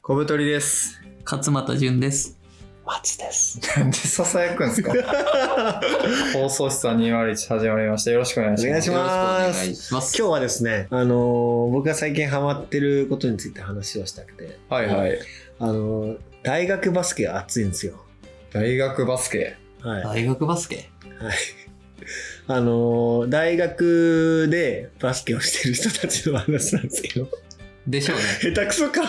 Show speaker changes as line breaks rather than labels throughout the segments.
小太りです。
勝俣淳です。
松です。
なんでささやくんですか 放送室は201始まりました。よろしくお願いし
お願
ま
い
す。
しま
よろしくお願い
す。
します。
今日はですね、あのー僕が最近ハマってることについて話をしたくて、
はいはい。
あのー大学バスケが熱いんですよ。
大学バスケ。
はい。
大学バスケ
あのー大学でバスケをしてる人たちの話なんですけど、
でしょうね。
下手くそか。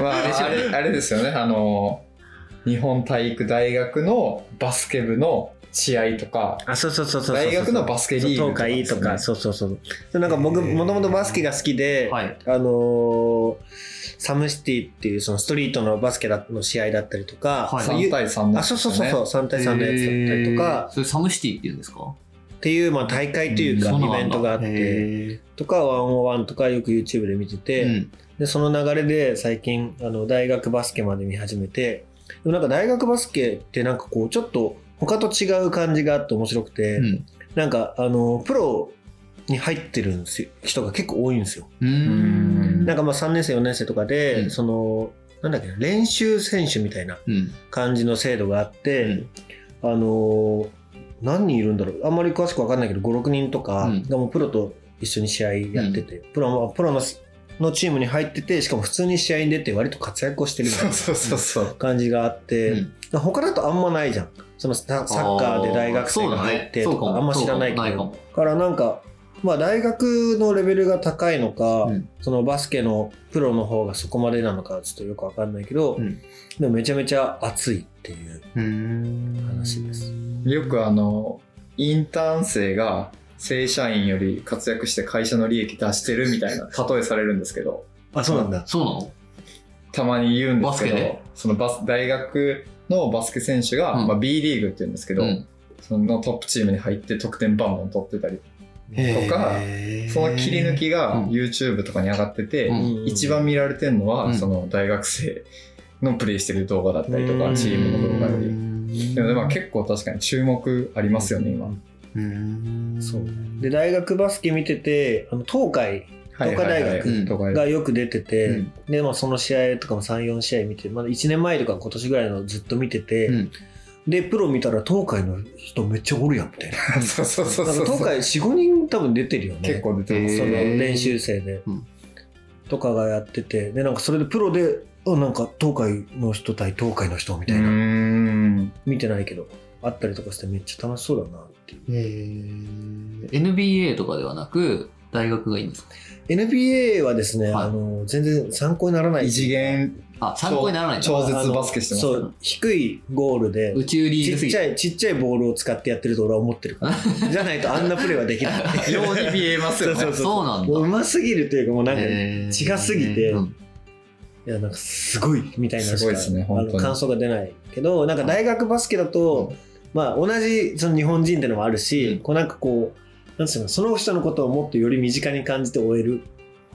ま
でし
あ、
ょ
あれあれですよね。あの、日本体育大学のバスケ部の試合とか、
あ、そうそうそうそうそう。
大学のバスケリーグ
とかいいとか、
そ
そうそうそう。でなんか僕、
へー
もともとバスケが好きで、
はい。
あのーサムシティっていうそのストリートのバスケだの試合だったりとか、
はい
そうい
3
う
対3の。
あ、そうそうそうそう、3対3のやつだったりと
えー
か、
それサムシティって言うんですか
っていう、まあ、大会というか、
そう
イ
なんだ
ベントがあって、
へ
とか、ワンオワンとか、よく YouTube で見て
ー
て、
うん
で、その流れで、最近、あの、大学バスケまで見始めて、でもなんか、大学バスケって、なんかこう、ちょっと、他と違う感じがあって面白くて、
うん。
なんか、あの、プロに入ってるんですよ、人が結構多いんですよ。
うーん。
なんか、まあ、3年生、4年生とかで、
うん
その、なんだっけな、練習選手みたいな
うん。
感じの制度があって、
うん
あのー何人いるんだろうあんまり詳しく分かんないけど56人とか
うん
がもうプロと一緒に試合やってて、プロはプロののチームに入っててしかも普通に試合に出て割と活躍をしてるみたい
そう
な
そうそうそう。
感じがあって、
うん
他だとあんまないじゃんそのササッカーで大学生が入ってと
あ
か
ーそうだね
あんま知らないけ
そうかもないか
ど
も
だからなんか、まあ、大学のレベルが高いのか、
うん
そのバスケのプロの方がそこまでなのかちょっとよく分かんないけど、
うん
でもめちゃめちゃ熱いっていう。
うーん。
話です
よくあの、インターン生が正社員より活躍して会社の利益出してるみたいな例えされるんですけど、
あ
そうなん
だ
そうなの
たまに言うんですけ
バスケ
ど
で、
そのバス大学のバスケ選手が、
うん
まあ、B リーグって言うんですけど、
うん
そのトップチームに入って得点バンバン取ってたり、とかその切り抜き
う
が
ん
YouTube とかに上がってて、
うん
一番見られてるのは、
うん
その大学生のプレイしてる動画だったりとか、
うん
チームの動画より。
り
でもまあ結構確かに注目ありますよね、今。
そうで大学バスケ見ててあの東海東海大学
うん東海
がよく出てて、
うん
でまあ、その試合とかも34試合見て、まあ、1年前とか今年ぐらいのずっと見てて、
うん
でプロ見たら東海の人めっちゃおるやんみたいな
そうそう そう
なん
そう。
か東海45人多分出てるよね
結構出てます
その
へー
練習生で、
うん
とかがやっててでなんかそれでプロであなんか東海の人対東海の人みたいな、
ん。
見てないけどあったりとかしてめっちゃ楽しそうだなっていう。
えー NBA とかではなく大学がいいんですか
NBA はですね、
はい
あの全然参考にならない
異次元
あ参考にならないんだ
超絶バスケしてます
そ
から。
う低いゴールで
宇宙リ
ち
ーグす
っ
ぎ
ち
て
ゃいちっちゃいボールを使ってやってると俺は思ってるから じゃないとあんなプレーはできない
ように見えますよね。
そう
そうなんだ
もううますぎるというかもうなんか、
えー
違すぎて
うん
いやなんかすごいみたいなし
す
か
ごいですね
あ
本当
の
に
感想が出ないけどなんか大学バスケだと、まあ同じその日本人ってのもあるし、
うん
こうなんかこうなんつうのその人のことをもっとより身近に感じて終える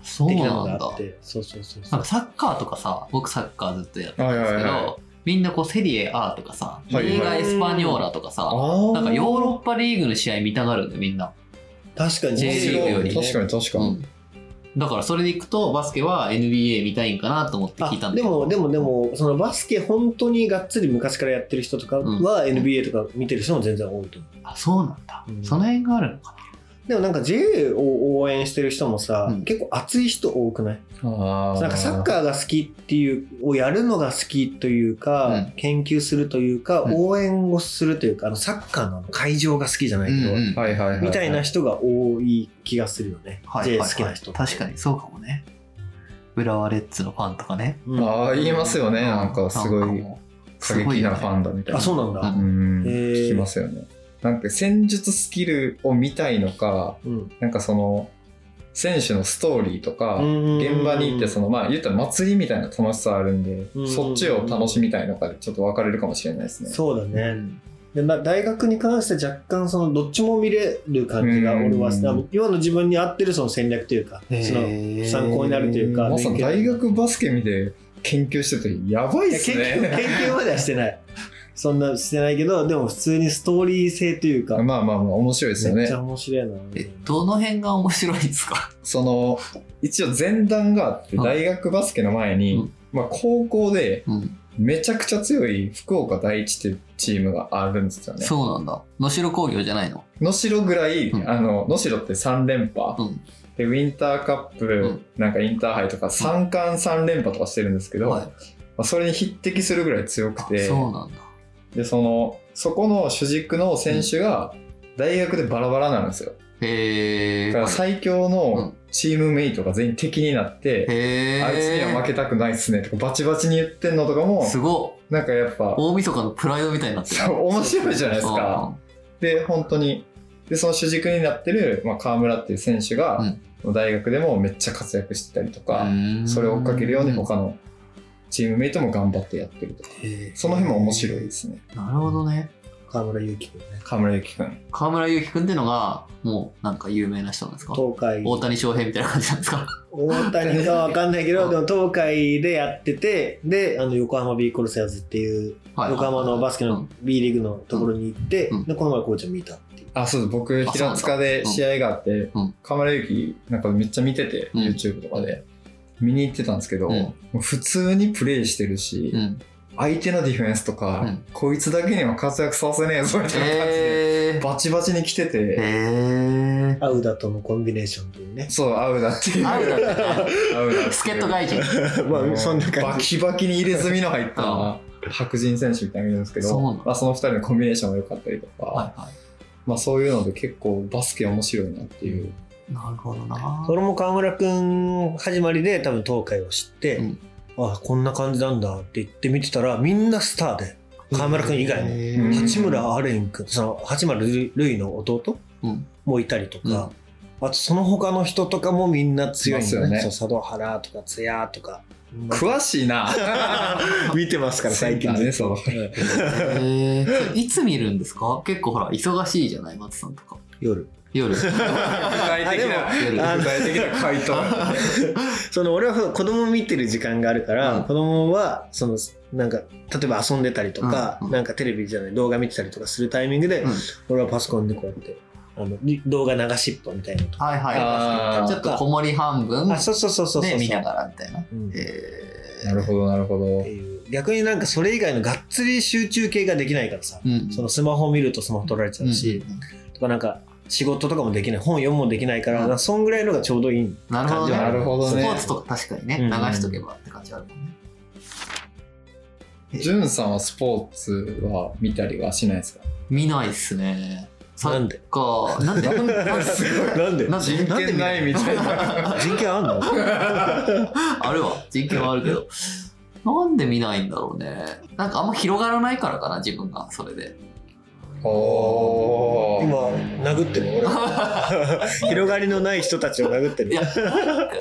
そう
的なの
な
が
んだ
あってそうそうそうそ
な
うん
かサッカーとかさ僕サッカーずっとやってたんですけど、
はいはいは
みんなこうセリエ A とかさリ
はいはい
ーガエスパニョーラとかさ、
あ
なんかヨーロッパリーグの試合見たがるんだよみんな、
確かに
J リーグより
確かに確かに。
だからそれでいくとバスケは NBA 見たいんかなと思って聞いた
あ
んだ
で
けど
もでもでもそのバスケ本当にがっつり昔からやってる人とかは
うん
NBA とか見てる人も全然多いと思う、
あそうなんだ、
うん
その辺があるのか
でもなんか J を応援してる人もさ、
うん
結構熱い人多くない
あー
なんかサッカーが好きっていうをやるのが好きというか、
うん
研究するというか、
うん
応援をするというかあのサッカーのあの会場が好きじゃな
ない
けど、
うんうん
はいはいはい。
みたいな人が多い気がするよね、
はい
J
は
好
い
きな人って
確かにそうかもね浦和レッズのファンとかね
うん
ああ、言いますよね。なんかすご
なん
い
もう
過激なファンだみたいな。
あそうなんだ、
う
うん。
へー
聞きますよね。なんか戦術スキルを見たいのか、
うん
なんかその、選手のストーリーとか、
うん
現場に行って、その、まあ、言ったら祭りみたいな楽しさあるんで
うん、
そっちを楽しみたいのかで、ちょっと分かれるかもしれないですね。
そうだね、
うん
でまあ、大学に関して若干そのどっちも見れる感じが俺は
うん
あの今の自分に合ってるその戦略というかその
へー
参考になるというか
まさに大学バスケ見て研究してるとやばい
い
っ
や
す
研究
ね。
研究まではしてないそんなしてないけどでも普通にストーリー性というか、
まあまあまあ、面白いですよ
めっ
ね
ち。ゃ面白いな
えどの 辺が面白いんですか
その、一応前段があって、
はい
大学バスケの前
う
に
ん、
まあ、高校で
うん。
めちゃくちゃ強い福岡第一っていうチームがあるんですよね。
そうなんだ。能代工業じゃないの
能代ぐらい、
うん
あの能代って3連覇、
うん
でウィンターカップ、
うん
なんかインターハイとか3冠3連覇とかしてるんですけど、
はい
まあ、それに匹敵するぐらい強くて
そうなんだ。
でそのそこの主軸の選手が大学でバラバラなんですよ
へ
だ
え。
から最強のチームメイトが全員敵になって、
へえ。
あいつには負け
け
たくないっすねとかバチバチに言ってんのとかも
すごい。
なんかやっぱ
大晦日のプライドみたいになってる。
そう面白いじゃないですか。
うん。
で本当にでその主軸になってる、まあ、河村っていう選手が、大学でもめっちゃ活躍してたりとか、それを追っかけるように他のチームメイトも頑張ってやってるとかその辺も面白いですね
なるほどね。
河村勇輝君ね
河村ゆきくん
河村勇輝くんってのが、もうなんか有名な人なんですか
東海
大谷翔平みたいな感じなんですか
大谷かわかんないけどでも東海でやっててであの横浜ビーコルセアーズっていう
はい
横浜のバスケ
う
の
ん
B リーグのところに行って、
うん
でこの前コーチを見たっていう
あそうです僕
あ
平塚で試合があって
うんうん
河村ゆきなんかめっちゃ見てて、
うん
YouTube とかで見に行ってたんですけど、
うん
もう普通にプレイしてるし、
うん。
相手のディフェンスとか、
うん
こいつだけには活躍させねえぞみたいな感じで、
へえ。
バチバチに来てて、
へ
アウダとのコンビネーションとい うね
そう、合うだっていう。
え。あるだってね。
合うだっていう
助っ人外人。
まあそんな
バ
感じ
キバキに入れ墨の入っ
あ
た白人選手みたいなのいるんですけど、
そうなの
まあ、その2人のコンビネーションが良かったりとか、
はいは
まあ、そういうので結構バスケ面白いなっていう。
い。なるほどな。
それも河村君始まりで多分東海を知って、
うん
あこんな感じなんだって言って見てたらみんなスターで河村君以外も
へ
うん
ー
八村アレン君その八村塁の弟
うん。
もいたりとか、あとその他の人とかもみんな強いんだ
い
よ
ますよ
ね
ね
そう佐渡原とか津屋とか
詳しいな
見てますから最近ずっと
ねそ う
へえ。それいつ見るんですか結構ほら、忙しいじゃない松さんとか。
夜
夜。
具体的な
あ
でも
あの
具体的な回答やね
その俺は子供見てる時間があるから、
うん
子供はそのなんか例えば遊んでたりとか、
うんうん
なんかテレビじゃない動画見てたりとかするタイミングで、
うん
俺はパソコンでこうやってあのり動画流しっぱみたいなのとか
はい
あ
は
ー
い。ちょっと小盛り半分
あそうそうそうそうそう
で見ながらみたいな。
うんっ
へ
なるほど、なるほ
て
ど。
いう逆になんかそれ以外のがっつり集中系ができないからさ、
え。うん。
そのスマホ見るとスマホ取られちゃうし、
うん
とかなんか仕事とかもできない本読むもできないから、
うん
なんかそんぐらいのがちょうどいい
なるほどね。
なるほど
スポ
ね
ーツとか確かにね、
うん
流しとけばって感じあるもんね。
ジュンさんはスポーツは見たりはしないですか
見ないっすね。サ
なん
ッ
で
カー、なんでなんで
なんで
なんで
人権 ないみたいな。
人権あんの
あるわ。人権はあるけど。なんで見ないんだろうね。なんかあんま広がらないからかな、自分が、それで。
おー。
今殴ってる俺 広がりのない人たちを殴って
い
る
や、なん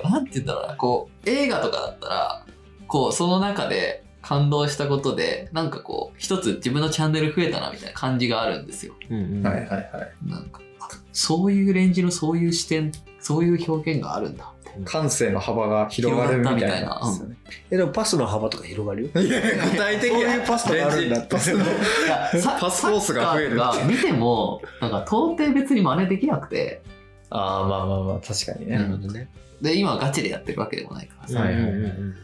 かなんて言うんだろうな。こう、映画とかだったら、こう、その中で感動したことで、なんかこう、一つ自分のチャンネル増えたなみたいな感じがあるんですよ。
うん
はいはいはい。
なんか、あそういうレンジのそういう視点、そういう表現があるんだ。
感性の幅が広がるみたいな
広がったみたいなうん
えでもパスの幅とか広がるよ
いや具体的
そういうパスがあるんだって
パスの
いや さ
パスコースが増える
サッカーが見てもなんか到底別に真似できなくて
ああまあまあまあ確かにね、
なるほどねで今ガチでやってるわけでもないからさ、
はいはいはい
うんうん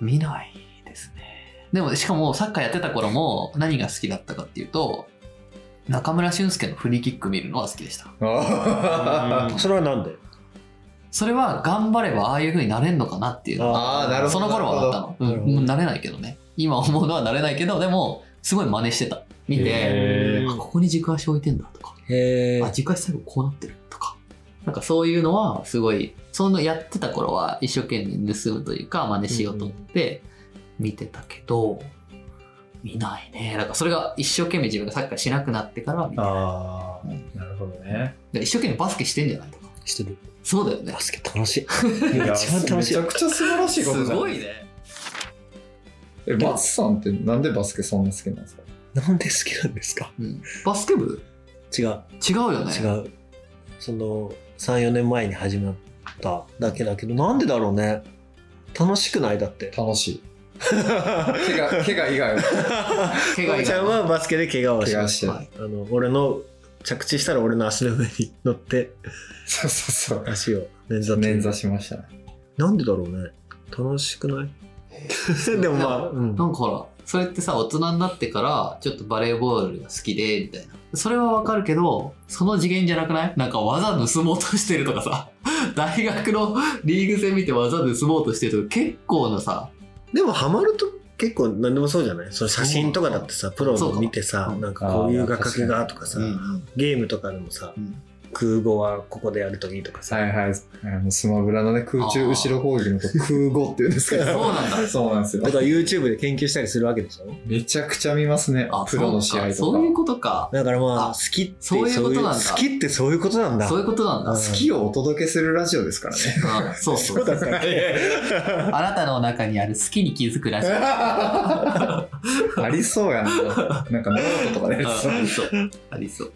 見ないですねでもしかもサッカーやってた頃も何が好きだったかっていうと中村俊輔のフリーキック見るのは好きでした
あ
うんそれはなんで
それは頑張ればああいう風になれるのかなっていうのが
あーなるほど
その頃はあったの、う
なるほど
ん、もうなれないけどね今思うのはなれないけどでもすごい真似してた見て
へ
あここに軸足置いてんだとか
へ
あ、軸足最後こうなってるとか。なんかそういうのはすごい、そのやってた頃は一生懸命盗むというか真似しようと思って見てたけど、見ないね。なんかそれが一生懸命自分がサッカーしなくなってからは見ない
あーなるほどね
で一生懸命バスケしてんじゃないとか。
してる
そうだよね
バ。スケ楽しい一番楽
め
しい
ちゃくちゃ素晴らしいこと
す
じゃん
ごいね。
えバツさんってなんでバスケそんな好きなんですか
なんで好きなんですか
うん、バスケ部
違う
違うよね。
違うその34年前に始まっただけだけどなんでだろうね楽しくないだって
楽しい怪我 怪我以外は
怪
こ
我
う
以
ちゃ
外
ん
は。
はバスケで怪我をし
怪
ま
我
し
して
た
ない
はい
あの俺の着地したら俺の足の上に乗って
そうそうそう
足を捻挫
捻挫しましたね
なんでだろうね楽しくないでもまあ、うん
なんかほら、それってさ、大人になってから、ちょっとバレーボールが好きで、みたいな。それはわかるけど、その次元じゃなくないなんか技盗もうとしてるとかさ、 大学のリーグ戦見て技盗もうとしてるとか、結構なさ、
でもハマると結構何でもそうじゃないその写真とかだってさプロ
そう
の
か
見てさ
うん
なんかこういう画角がとかさ、
ん、
ゲームとかでもさ
うん
空語はここでやるといいとかさ、
はいはい。あのスマブラのね、空中後ろ攻撃のこと空語っていうんですけ
そ
ど。
うなんだ。
そうなんですよ
だ。から YouTube で研究したりするわけでしょ
めちゃくちゃ見ますね
あ、。
プロの試合と
そう
か
かそう。いうことか。
だからまあ
あ
好きって
そういうことなんだ
好きってそういうことなんだ
そういうことなんだ。
うん
好きをお届けするラジオですからね。
うんそうそう
そうだったっけ
あなたの中にある好きに気づくらしい。
ありそうやな。なんかノートとかね。
ありそう。ありそう。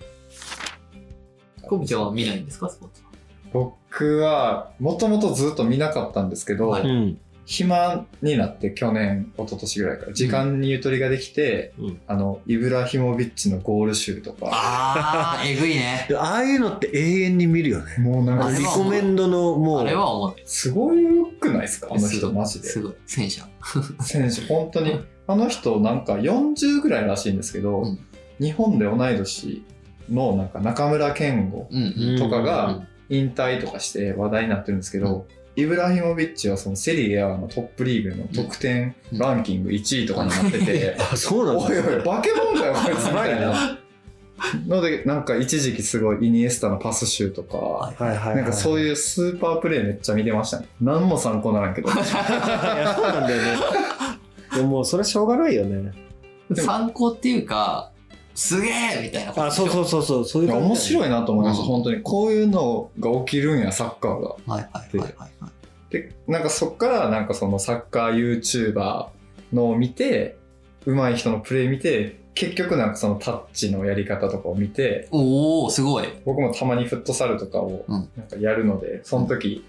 コブちゃんは見ないんですかスポーツは
僕は、もともとずっと見なかったんですけど、
は
う
い
ん
暇になって去年、一昨年ぐらいから、時間にゆとりができて、
うん
あの、イブラヒモビッチのゴール集とか、
あー、えぐいね。
でああいうのって永遠に見るよね
もうなん
あ
か
れ
リ
は
コメンドのも
あ
う
れは思う。
すごくないですかあの
すご
人
い。
マジです
ごい。戦車。
選手、本当に。あの人なんか40ぐらいらしいんですけど、
うん
日本で同い年のなんか中村健吾
うんうん。
とか
う
が
ん
引退とかして話題になってるんですけど、イブラヒモビッチはそのセリエ A のトップリーグの得点
うん
ランキング1位とかになってて、
あそうなんだ
おいおい、バケモンかよ、こいつみたいな。ので、なんか一時期すごいイニエスタのパスシューとか、
はいはいはい、
なんかそういうスーパープレーめっちゃ見てましたね。何も参考にならんけど。
いやそうなんだよね でももうそれしょうがないよね
参考っていうか、すげえみたいなこと
あ
でしょ
そうそうそうそうそうい
いうや面白
い
いなと思いました、
うん
本当にこういうのが起きるんやサッカーが
はいはいはいはいはい。
でなんかそっからなんかそのサッカー YouTuber のを見て上手い人のプレー見て結局なんかそのタッチのやり方とかを見て
おー、すごい。
僕もたまにフットサルとかを
うん
なんかやるので、その時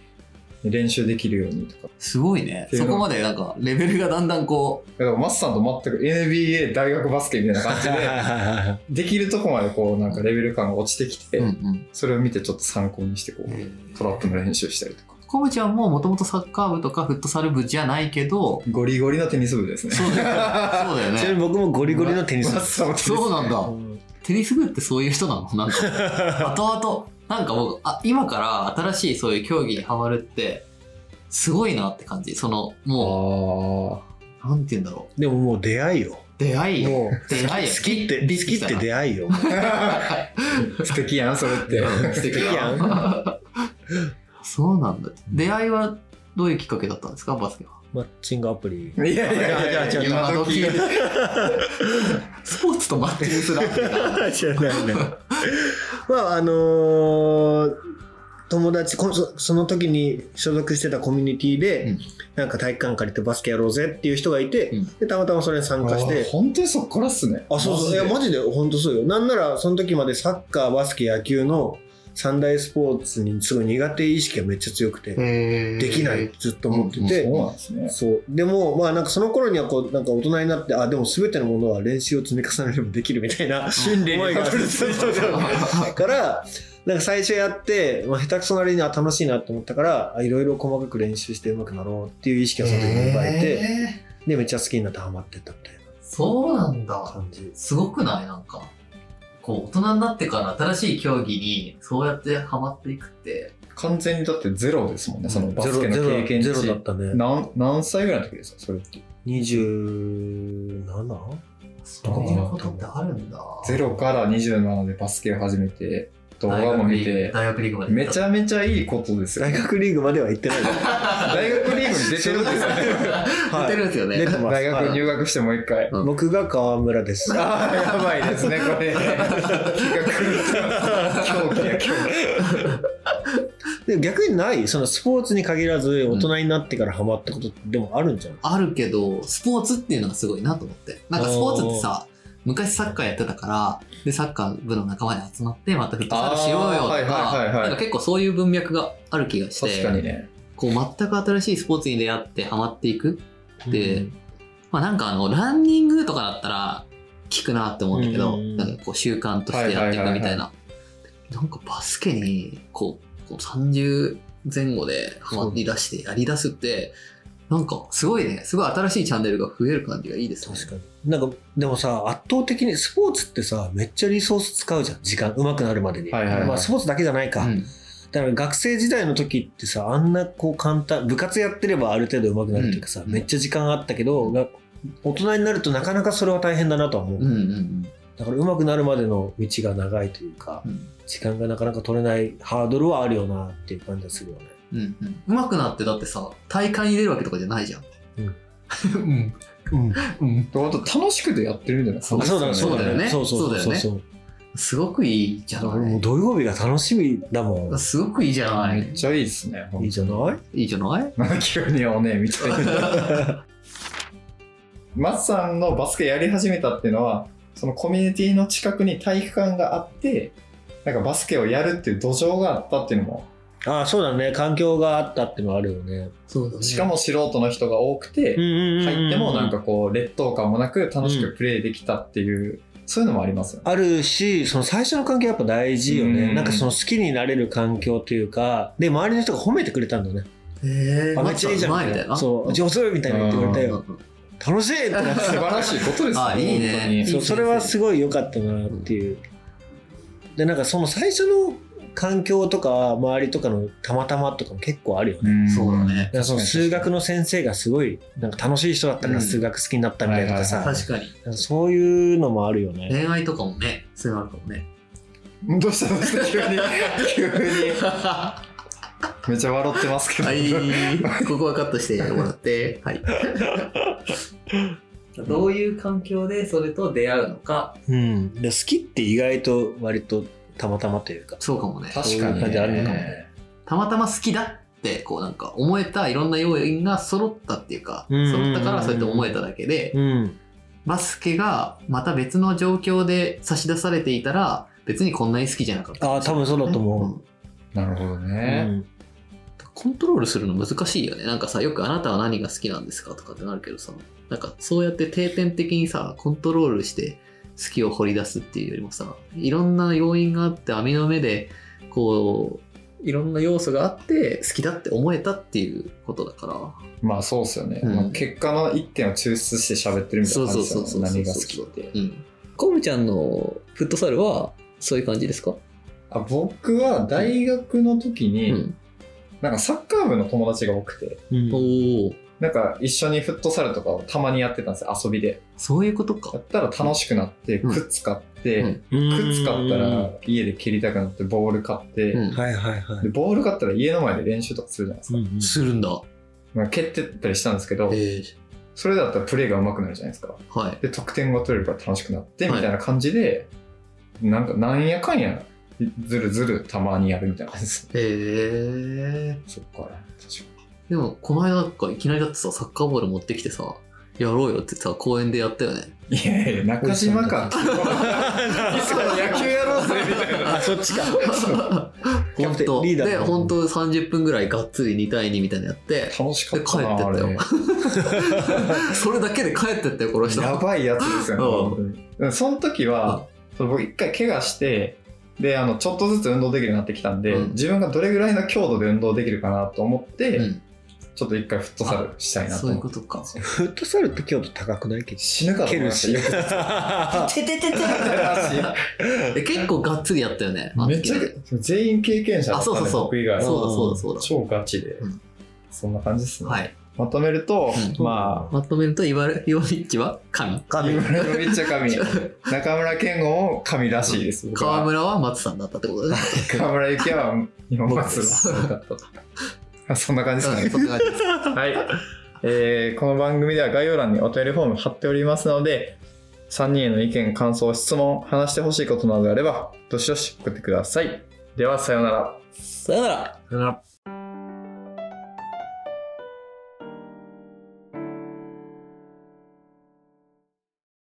練習できるようにとか
すごいね。そこまでなんか、レベルがだんだんこう、
だからマッサンと全く NBA 大学バスケみたいな感じ でできるとこまでこうなんかレベル感が落ちてきて、
うんうん。
それを見てちょっと参考にしてこ
え
う
ー
トラップの練習したりとか
コブちゃんももともとサッカー部とかフットサル部じゃないけど、
ゴリゴリのテニス部ですね
そうだよね。 そうだよ
ちなみ
ね。
に僕もゴリゴリのテニス
マッサンもテニス部
そうなんだ。
うん
テニス部ってそういう人なのなん か、後々、なんか僕、あ、今から新しいそういう競技にハマるって、すごいなって感じ。その、も
あ
う、なんて言うんだろう。
でももう出会いよ
出会いよ。
もう
出会いよ。
好きって
ビ
好きって出会いよ
あ。素敵やん、それって。
素敵や
素敵
ん。 そうなんだ。出会いはどういうきっかけだったんですか、バスケは。
マッチングアプリ
いやいやいやいや、今時。
スポーツとマッチングするアプリだ
じゃないねまああのー友達こそその時に所属してたコミュニティで、
うん
なんか体育館借りてバスケやろうぜっていう人がいて、
うん
でたまたまそれに参加して
本当にそっからっすね。
あ、そうそう。いや、マジで、本当そうよ。なんなら、その時までサッカー、バスケ、野球の三大スポーツにすごい苦手意識がめっちゃ強くて、で
で
きないってずっと思って
で
て、
そうなんですね。
そう。でも、まあ、なんかその頃には、こう、なんか大人になって、あ、でも全てのものは練習を積み重ねればできるみた いな
心
理に
たどり着いた
そうそうだから、なんか最初やって、まあ、下手くそなりには楽しいなって思ったから、あいろいろ細かく練習してうまくなろうっていう意識がその時に芽生えて、で、めっちゃ好きになってハマってったみたい
そうなん
な
だ。
感じ。
すごくないなんか。こう、大人になってから新しい競技に、そうやってハマっていくって。
完全にだってゼロですもんね、そのバスケの経験
ゼロゼロだっ
値。
たね。
何何歳ぐらいの時ですか、それって。
27?
そういうことってあるんだ。
ゼロから27でバスケを始めて、動画も見て、
大学リーグまで
め ち
ゃ。
ゃめちゃいいことですよ
大。学リーグまでは行ってない
大学リーグに出てるんですよね。
言ってるんですよね。
出てます
大学入学してもう一回。
うん
僕が川村です
ああ、やばいですね、 これ。気が狂ってます狂気や、狂
でも逆にないそのスポーツに限らず大人になってからハマったことってでもあるんじゃん、
あるけど、スポーツっていうのがすごいなと思って。なんかスポーツってさ、昔サッカーやってたから、で、サッカー部の仲間に集まって、またフットサルしようよと
あーはいはいはい
か、
はい
なんか結構そういう文脈がある気がし
気。確かに
て、
ね。
こう全く新しいスポーツに出会ってハマっていくって、
うん
まあなんかあの、ランニングとかだったら効くなって思うんだけど、
うん
なんかこう習慣としてやっていく
はいはい
みた
いはい
な。なんかバスケに、こう、こう30前後でハマり出してやり出すって、なんか、すごいね。すごい新しいチャンネルが増える感じがいいですね。
確かに。なんか、でもさ、圧倒的に、スポーツってさ、めっちゃリソース使うじゃん。時間、上手くなるまでに。
はいはいはい
まあ、スポーツだけじゃないか。
うん
だから学生時代の時ってさ、あんなこう簡単、部活やってればある程度上手くなるっていうかさ、
うん
めっちゃ時間あったけど、が大人になるとなかなかそれは大変だなとは思う。
うんうん
だから上手くなるまでの道が長いというか、
うん
時間がなかなか取れないハードルはあるよなっていう感じがするよね。
うんうんうまくなってだってさ大会に出るわけとかじゃないじゃん
うん
うんうん
あと楽しくてやってるんじゃない
そう
そうだね。
そうだよね
そうそう
そうだよね
そう
すごくいいじゃ
だから
な
もう
い
土曜日が楽しみだも
すごくいいじゃな
めっ
い
ちゃいいですね。
ん。いいじゃない
いいじゃない
なんか急におねえみたいな。 マツさんのバスケやり始めたっていうのは、そのコミュニティの近くに体育館があって、なんかバスケをやるっていう土壌があったっていうのも、
ああ、そうだね。環境があったってのはあるよね。
そうだね
しかも素人の人が多くて、入
入
ってもなんかこう劣等感もなく楽しくプレイできたっていう、そういうのもありますよね。
あるし、その最初の環境やっぱ大事よ
うんうんう
ね。
ん
なんかその好きになれる環境というか、で、周りの人が褒めてくれたんだよね。
え
あめっちゃいいじゃん。
みたいな
そう、上手みたいな言ってくれた
うん
よ。楽しい ってなって
素晴らしいことです
あ
よ
いいね
本当に
そうそれはすごい良かったなっていう。で、なんかその最初の環境とか、周りとかのたまたまとかも結構あるよね。
ん
そうだね
だからその数学の先生がすごいなんか楽しい人だったか
う
ら
ん
数学好きになったみたいなとか
はいは
さ
い、
確かに
なんかそういうのもあるよね。
恋愛とかもねそういうのあるかもね
どうしたどうした急に急にめっちゃ笑ってますけど、
はいここはカットしてもらってはいどういう環境でそれと出会うのか
うん、で好きって意外と割とたまたまというか
そうかもね
確かに、
そういう感じあるのかも
たまたま好きだってこうなんか思えたいろんな要因が揃ったっていうか
うんうんうんうん
揃ったからそうやって思えただけで
うん
バスケがまた別の状況で差し出されていたら別にこんなに好きじゃなかった
ああ多分そうだと思う、
うん
なるほど
う
ね、
ん
コントロールするの難しいよねなんかさよく「あなたは何が好きなんですか?」とかってなるけどさなんかそうやって定点的にさコントロールして好きを掘り出すっていうよりもさいろんな要因があって網の目でこういろんな要素があって好きだって思えたっていうことだから
まあそうっすよね、
うん
まあ結果の一点を抽出して喋ってるみたい
そう
な感
そ
じ
う
です
そ
よ
う
ね
そ
何
う
が好きって、
うん、コムちゃんのフットサルはそういう感じですか、
あ僕は大学の時
う
に、
ん、
なんかサッカー部の友達が多くて
うん
おお
なんか一緒にフットサルとかをたまにやってたんですよ遊びで
そういうことか
やったら楽しくなって
うん
靴買って、
うん
靴買ったら
は
家で蹴りたくなってボール買って、
うん
いはいは
で
い、
ボール買ったら家の前で練習とかするじゃないですか、
うん
するんだ
まあ、蹴ってったりしたんですけど
え
それだったらプレーが上手くなるじゃないですか
ー、はい
で得点が取れるから楽しくなって
はい
みたいな感じで、なんかなんやかんやずるずるたまにやるみたいな感じです
えー、
そっか確か
でも、この間なんかいきなりだってさ、サッカーボール持ってきてさ、やろうよってさ、公園でやったよね。
にいやいや中島かいつから野球やろうぜみたいな
あそっちか
本
キャプテン
当
リーダー
で、本当30分ぐらいがっつり2対2みたいなのやって、
楽しかったな
で帰
あ
ってったよ
れ
それだけで帰ってったよ、この 人。
やばいやつですよね本
うん
当にでもその時は、その僕一回怪我してであのちょっとずつ運動できるようになってきたんで、
うん
自分がどれぐらいの強度で運動できるかなと思って、
うん
ちょっと一回フットサルしたいなと
そういう
思
こ
って
とか。
フットサルって強度高くないけど
死ぬかと
蹴
思い
る
ま
し
した
あ
ててててえ結構がっつりやったよね。あ の
めっ
時
ちゃ
ね
全員経験者だったんで
あそうそうそう
僕以外
そうだそうだそうだ。
超ガチで、
うん
そんな感じですね、
はい。
まとめると、
うん
まあ
まとめると、イワルイワリッチは神。
神 村めっちゃ神中村健吾も神らしいです僕は
川村は松さんだったってことだね。
河村ゆきは今まずはあそんな感じ
う
です
ん
かね
そんな感じです
はい、えーこの番組では概要欄にお便りフォーム貼っておりますので3人への意見感想質問話してほしいことなどがあればどしどし送ってくださいではさようなら
さよなら。
あ